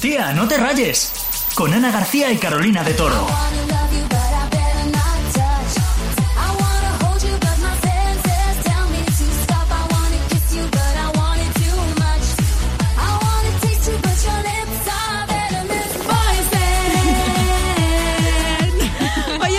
Tía, no te rayes. Con Ana García y Carolina de Toro.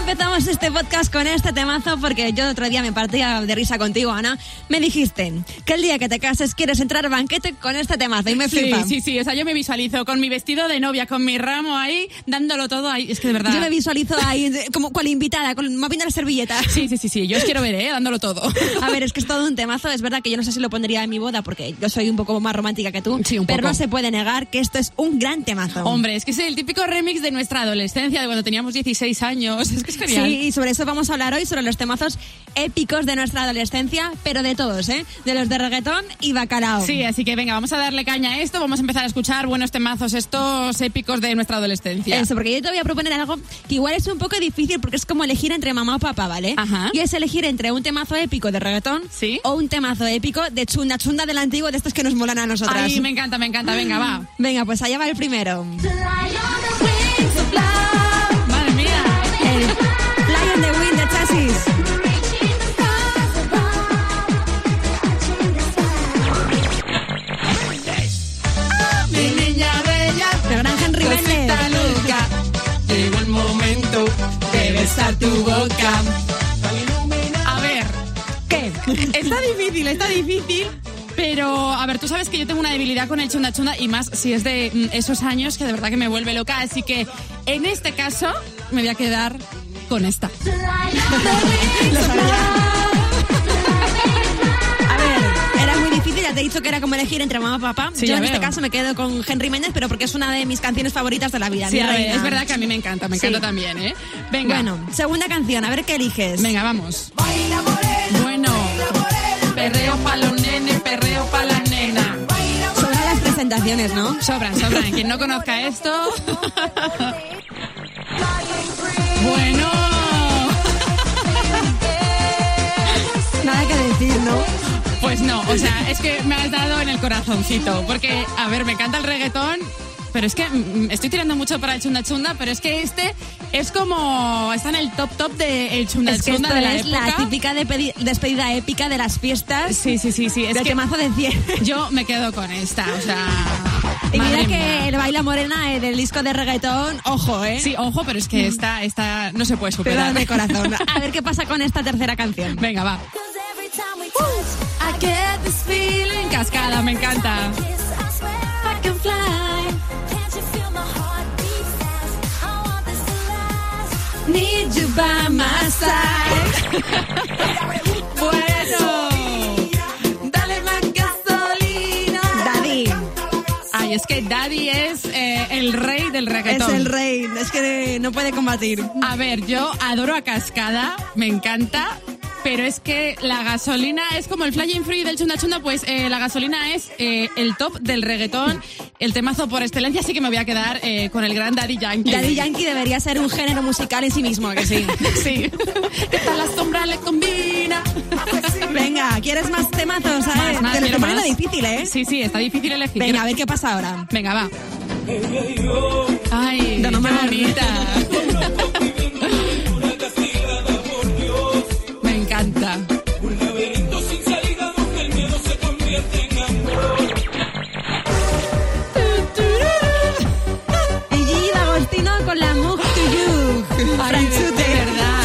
empezamos este podcast con este temazo porque yo otro día me partía de risa contigo, Ana. Me dijiste que el día que te cases quieres entrar al banquete con este temazo y me Sí, flipa. sí, sí. O sea, yo me visualizo con mi vestido de novia, con mi ramo ahí, dándolo todo ahí. Es que de verdad. Yo me visualizo ahí eh, como cual invitada, con, moviendo las servilletas. Sí, sí, sí, sí. Yo os quiero ver, ¿eh? Dándolo todo. A ver, es que es todo un temazo. Es verdad que yo no sé si lo pondría en mi boda porque yo soy un poco más romántica que tú. Sí, un Pero poco. no se puede negar que esto es un gran temazo. Hombre, es que es el típico remix de nuestra adolescencia, de cuando teníamos 16 años. Es que es genial. Sí, y sobre eso vamos a hablar hoy, sobre los temazos épicos de nuestra adolescencia, pero de todos, ¿eh? De los de reggaetón y bacalao. Sí, así que venga, vamos a darle caña a esto, vamos a empezar a escuchar buenos temazos, estos épicos de nuestra adolescencia. Eso, porque yo te voy a proponer algo que igual es un poco difícil porque es como elegir entre mamá o papá, ¿vale? Ajá. Y es elegir entre un temazo épico de reggaetón Sí. o un temazo épico de chunda chunda del antiguo, de estos que nos molan a nosotras. Ay, me encanta, me encanta, venga, va. Venga, pues allá va el primero. Madre mía. El Fly on the Wind de Chasis. Mi niña bella, De Gran Henry Vélez. cosita loca, llegó el momento de besar tu boca. A ver, ¿Qué? está difícil, está difícil. Pero, a ver, tú sabes que yo tengo una debilidad con el chunda chunda y más si es de mm, esos años que de verdad que me vuelve loca. Así que, en este caso, me voy a quedar con esta. A ver, era muy difícil, ya te he dicho que era como elegir entre mamá o papá. Sí, Yo ya en este veo. caso me quedo con Henry Méndez, pero porque es una de mis canciones favoritas de la vida. Sí, mi a ver, reina. es verdad que a mí me encanta, me encanta Sí. también, ¿eh? Venga, Bueno, segunda canción, a ver qué eliges. venga, vamos. Bueno, perreo pa' los nenes, perreo pa' las nenas. Sobran las presentaciones, ¿no? Sobran, sobran. Quien no conozca esto. bueno. Nada que decir, ¿no? Pues no, o sea, es que me has dado en el corazoncito. Porque, a ver, me encanta el reggaetón. Pero es que mm, estoy tirando mucho para el chunda chunda, pero es que este es como. Está en el top top de el chunda es que chunda esto de la es la época. típica despedi- despedida épica de las fiestas. Sí, sí, sí, sí. Es de que temazo de 100. Yo me quedo con esta, o sea. Y mira madre que mía. el baila morena eh, del disco de reggaetón, ojo, ¿eh? Sí, ojo, pero es que esta, esta no se puede Pero superar. de corazón. A ver qué pasa con esta tercera canción. Venga, va. En cascada, me encanta. Need you by my side. Bueno. Dale más gasolina. Daddy, Ay, es que Daddy es eh, el rey del es reggaetón. el rey. Es que no puede combatir. A ver, yo adoro a Cascada, me encanta, pero es que la gasolina es como el Flying Free del Chunda Chunda, pues eh, la gasolina es eh, el top del reggaetón, el temazo por excelencia, así que me voy a quedar eh, con el gran Daddy Yankee. Daddy Yankee debería ser un género musical en sí mismo, ¿a que sí. Sí. Que tal la sombra le combina. Venga, ¿quieres más temazos? A ver, Más, más, te lo quiero estoy poniendo más. difícil, ¿eh? Sí, sí, está difícil elegir. Venga, a ver qué pasa ahora. Venga, va. Ay, Don qué Omar. bonita. Me encanta. Gigi D'Agostino con la Move to You. Ay, de, Franchute. de verdad.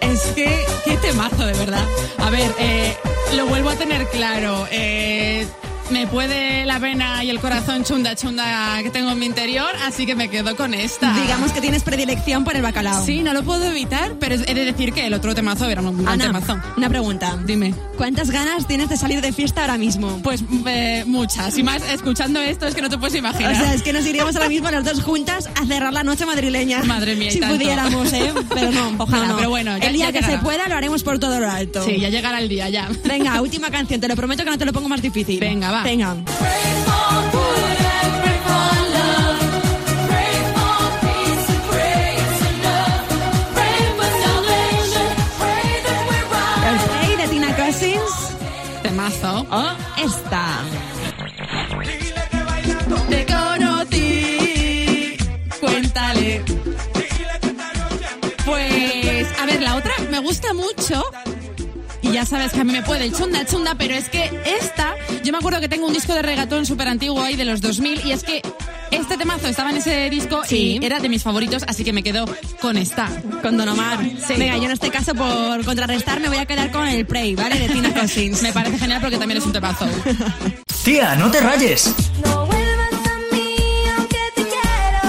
Es que, qué temazo, de verdad. A ver, eh, lo vuelvo a tener claro. Eh, me puede la vena y el corazón chunda chunda que tengo en mi interior, así que me quedo con esta. Digamos que tienes predilección por el bacalao. Sí, no lo puedo evitar, pero he de decir que el otro temazo era un gran Ana, temazo. una pregunta. Dime. ¿Cuántas ganas tienes de salir de fiesta ahora mismo? Pues eh, muchas, y más escuchando esto es que no te puedes imaginar. O sea, es que nos iríamos ahora mismo las dos juntas a cerrar la noche madrileña. Madre mía, y Si tanto. pudiéramos, ¿eh? Pero no, ojalá. No, no, pero bueno, ya- el día ya que se llegará. pueda lo haremos por todo lo alto. Sí, ya llegará el día, ya. Venga, última canción, te lo prometo que no te lo pongo más difícil. Venga, va. Venga. El Stay de Tina Cousins. Oh. Temazo. Esta. Dile que baila Pues, gusta mucho. Y ya sabes que a mí me puede el chunda chunda, pero es que esta, yo me acuerdo que tengo un disco de regatón súper antiguo ahí de los 2000 y es que este temazo estaba en ese disco Sí. y era de mis favoritos, así que me quedo con esta. Con Don Omar. Venga, yo en este caso, por contrarrestar, me voy a quedar con el Prey, ¿vale? De Tina Cousins. Me parece genial porque también es un temazo. Tía, no te rayes. No vuelvas a mí aunque te quiero,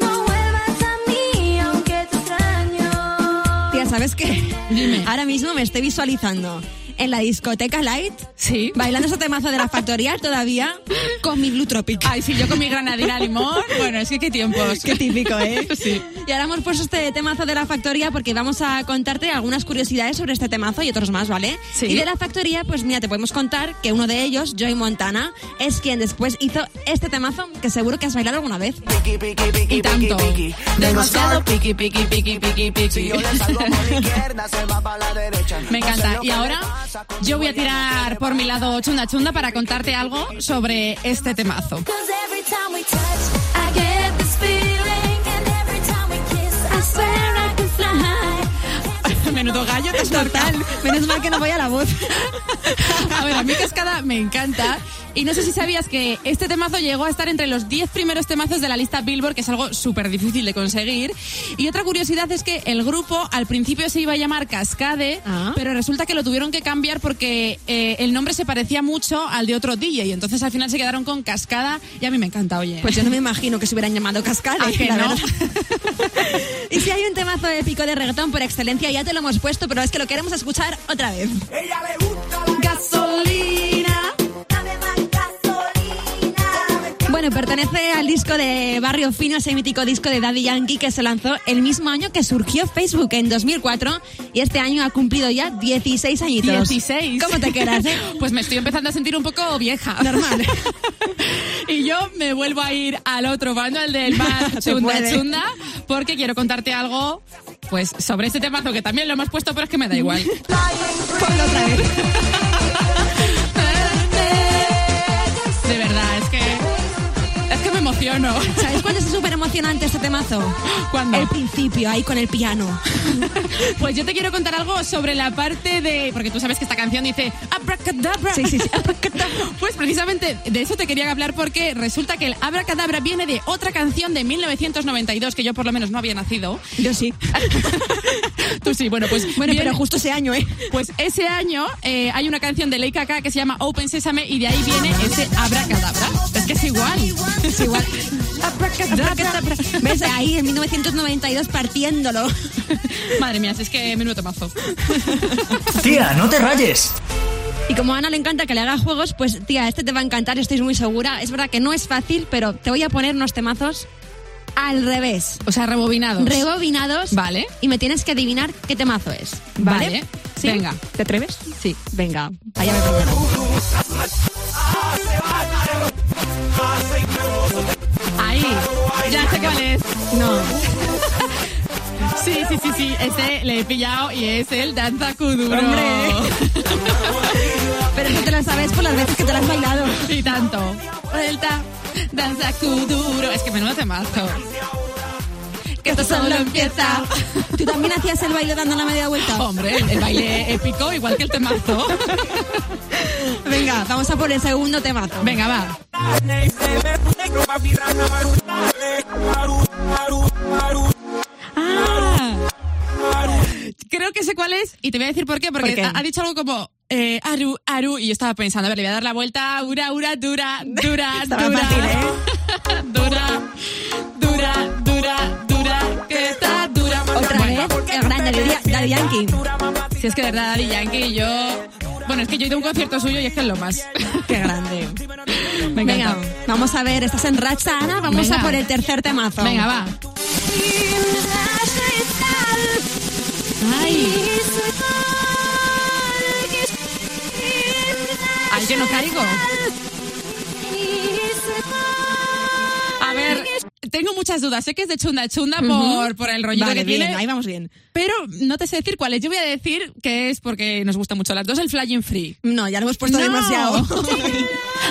no vuelvas a mí aunque te extraño. Tía, ¿sabes qué? Ahora mismo me estoy visualizando en la discoteca Light, Sí. bailando ese temazo de la factoría todavía con mi Blue Tropic. Ay, sí, yo con mi granadina limón. Bueno, es que qué tiempos. Qué típico, ¿eh? Sí. Y ahora hemos puesto este temazo de la factoría porque vamos a contarte algunas curiosidades sobre este temazo y otros más, ¿vale? Sí. Y de la factoría, pues mira, te podemos contar que uno de ellos, Joy Montana, es quien después hizo este temazo que seguro que has bailado alguna vez. Y tanto. Demasiado piqui, piqui, piqui, piqui, Si yo le salgo por la izquierda, se va para la derecha. Me encanta. Y ahora yo voy a tirar por mi lado chunda chunda para contarte algo sobre este temazo. 'Cause every time we touch, I get this feeling, and every time we kiss, I swear I can fly. Menudo gallo, te has Total, menos mal que no voy a la voz. A ver, a mí Cascada me encanta. Y no sé si sabías que este temazo llegó a estar entre los 10 primeros temazos de la lista Billboard, que es algo súper difícil de conseguir. Y otra curiosidad es que el grupo al principio se iba a llamar Cascade, Ah. pero resulta que lo tuvieron que cambiar porque eh, el nombre se parecía mucho al de otro DJ. Y entonces al final se quedaron con Cascada y a mí me encanta, oye. Pues yo no me imagino que se hubieran llamado Cascade. ¿A Ah, que la no? verdad. y si hay un temazo épico de reggaetón por excelencia, ya te lo hemos puesto, pero es que lo queremos escuchar otra vez. Ella le gusta la Gasolina. Dame más gasolina. Bueno, pertenece al disco de Barrio Fino, ese mítico disco de Daddy Yankee que se lanzó el mismo año que surgió Facebook en 2004 y este año ha cumplido ya 16 añitos. 16. ¿Cómo te quedas, eh? Pues me estoy empezando a sentir un poco vieja. Normal. y yo me vuelvo a ir al otro bando, al del bar Te chunda puede. chunda, porque quiero contarte algo pues sobre este temazo que también lo hemos puesto, pero es que me da igual. Ponlo otra vez. De verdad, es que es que me emociono. ¿Sabes cuándo es súper emocionante este temazo? ¿Cuándo? El principio, ahí con el piano. Pues yo te quiero contar algo sobre la parte de porque tú sabes que esta canción dice abracadabra. Sí, sí, sí. Pues precisamente de eso te quería hablar porque resulta que el Abracadabra viene de otra canción de 1992 que yo por lo menos no había nacido. Yo sí. Tú sí, bueno, pues Bueno, viene- pero justo ese año, ¿eh? pues ese año eh, hay una canción de Leica K que se llama Open Sesame y de ahí viene ese Abracadabra. Es que es igual. Es igual. ¿Ves? Ahí en 1992 partiéndolo. Madre mía, si es que menudo mazo. Tía, no te rayes. Y como a Ana le encanta que le haga juegos, pues tía, este te va a encantar, estoy muy segura. Es verdad que no es fácil, pero te voy a poner unos temazos al revés. O sea, rebobinados. Rebobinados. Vale. Y me tienes que adivinar qué temazo es. Vale. Vale. ¿Sí? Venga. ¿Te atreves? Sí. Venga. Allá me voy. Ahí. Ya sé cuál es. No. Sí, sí, sí, sí. Este le he pillado y es el Danza Kuduro. Hombre. Pero eso te lo sabes por las veces que te lo has bailado. Y tanto. Vuelta, danza Kuduro. Es que menudo temazo. Que esto solo empieza. Tú también hacías el baile dando la media vuelta. Hombre, el, el baile épico, igual que el temazo. Venga, vamos a por el segundo temazo. Venga, va. Ah. Creo que sé cuál es y te voy a decir por qué, porque ¿Por qué? Ha, ha dicho algo como eh, Aru, Aru, y yo estaba pensando, a ver, le voy a dar la vuelta, Ura, Ura, Dura, Dura, Estaba Dura. fácil, ¿eh? dura, Dura, Dura, Dura, que está dura. Otra Bueno, vez, el gran Daddy, Daddy Yankee. Si es que de verdad, Daddy Yankee, yo. Bueno, es que yo he ido a un concierto suyo y es que es lo más. Qué grande. Me Venga, encanta. vamos a ver, estás en racha, Ana. Vamos Venga. a por el tercer temazo. Venga, va. Ay, ay, yo no caigo. A ver, tengo muchas dudas. Sé que es de chunda chunda por, por el rollito Vale, que bien, tiene. ahí vamos bien. Pero no te sé decir cuál es. Yo voy a decir que es porque nos gusta mucho las dos, el Flying Free. No, ya lo hemos puesto No. demasiado.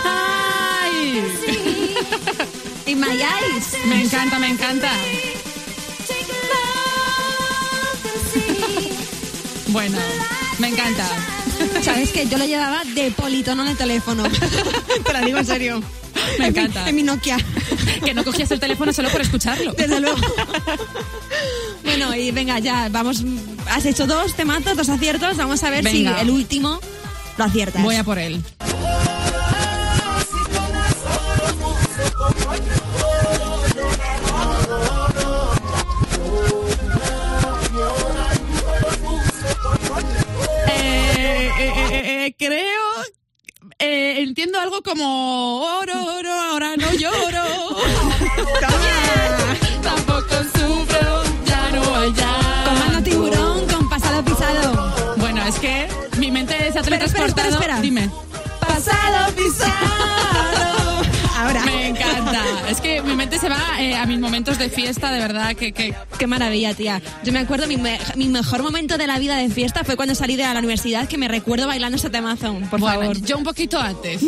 ¡Ay! Y my eyes. Me encanta, me encanta. Bueno, me encanta. Sabes que yo lo llevaba de politono en el teléfono. Te lo digo en serio. Me En mi- encanta. en mi Nokia. Que no cogías el teléfono solo por escucharlo. Desde luego. bueno, y venga, ya, vamos. Has hecho dos temazos, dos aciertos. Vamos a ver Venga. si el último lo aciertas. Voy a por él. Eh, eh, eh, eh, creo. eh, entiendo algo como oro, oro, ahora no lloro. Tampoco sufro, ya no hay ya. Con mano tiburón, con pasado pisado. Bueno, es que mi mente es Espera, espera, espera, teletransportado. espera. Dime. Pasado pisado. Ahora. Me encanta. Es que mi mente se va eh, a mis momentos de fiesta, de verdad, que, que Qué maravilla, tía. Yo me acuerdo, mi, me- mi mejor momento de la vida de fiesta fue cuando salí de la universidad, que me recuerdo bailando este temazo, por Bueno, favor. Yo un poquito antes.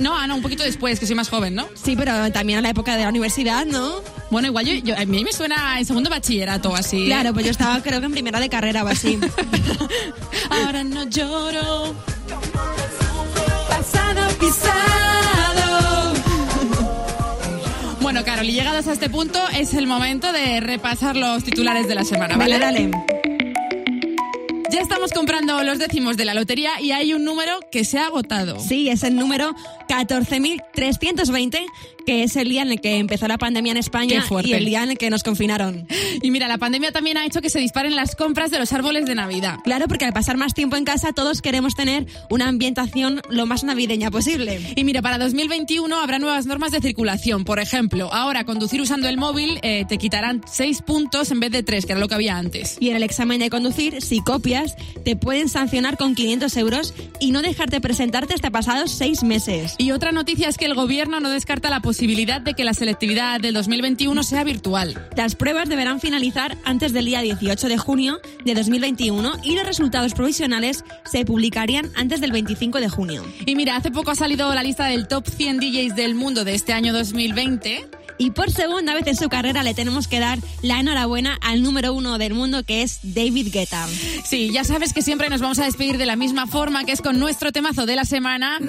No, ah, no, un poquito después, que soy más joven, ¿no? Sí, pero también a la época de la universidad, ¿no? Bueno, igual yo, yo- a mí me suena en segundo bachillerato así. Claro, pues yo estaba creo que en primera de carrera o así. Ahora no lloro. Pasado pisado. Bueno, Carol, y llegados a este punto es el momento de repasar los titulares de la semana, ¿vale? Vale, dale. Ya estamos comprando los décimos de la lotería y hay un número que se ha agotado. Sí, es el número 14.320, que es el día en el que empezó la pandemia en España Qué fuerte. y el día en el que nos confinaron. Y mira, la pandemia también ha hecho que se disparen las compras de los árboles de Navidad. Claro, porque al pasar más tiempo en casa todos queremos tener una ambientación lo más navideña posible. Y mira, para 2021 habrá nuevas normas de circulación. Por ejemplo, ahora conducir usando el móvil eh, te quitarán 6 puntos en vez de 3, que era lo que había antes. Y en el examen de conducir, si copias, te pueden sancionar con 500 euros y no dejarte presentarte hasta pasados seis meses. Y otra noticia es que el gobierno no descarta la posibilidad de que la selectividad del 2021 sea virtual. Las pruebas deberán finalizar antes del día 18 de junio de 2021 y los resultados provisionales se publicarían antes del 25 de junio. Y mira, hace poco ha salido la lista del top 100 DJs del mundo de este año 2020. Y por segunda vez en su carrera le tenemos que dar la enhorabuena al número uno del mundo que es David Guetta. Sí, ya sabes que siempre nos vamos a despedir de la misma forma, que es con nuestro temazo de la semana.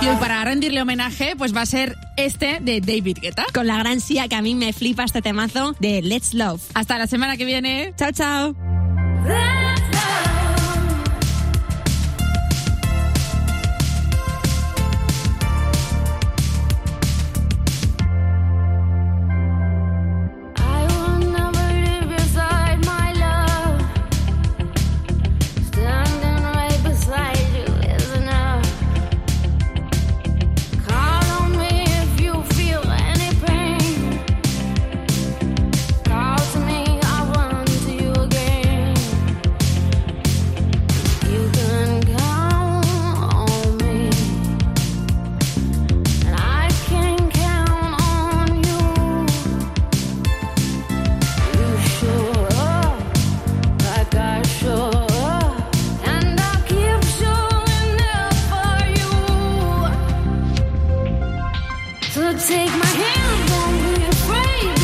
Y hoy para rendirle homenaje, pues va a ser este de David Guetta. Con la gran silla que a mí me flipa este temazo de Let's Love. Hasta la semana que viene. Chao, chao. I will never live beside my love. Standing right beside you is enough. Call on me if you feel any pain. Call to me, I want to you again. You can count on me, and I can count on you. You show up like I show up, and I keep showing up for you. So take my hand, don't be afraid. uh-huh.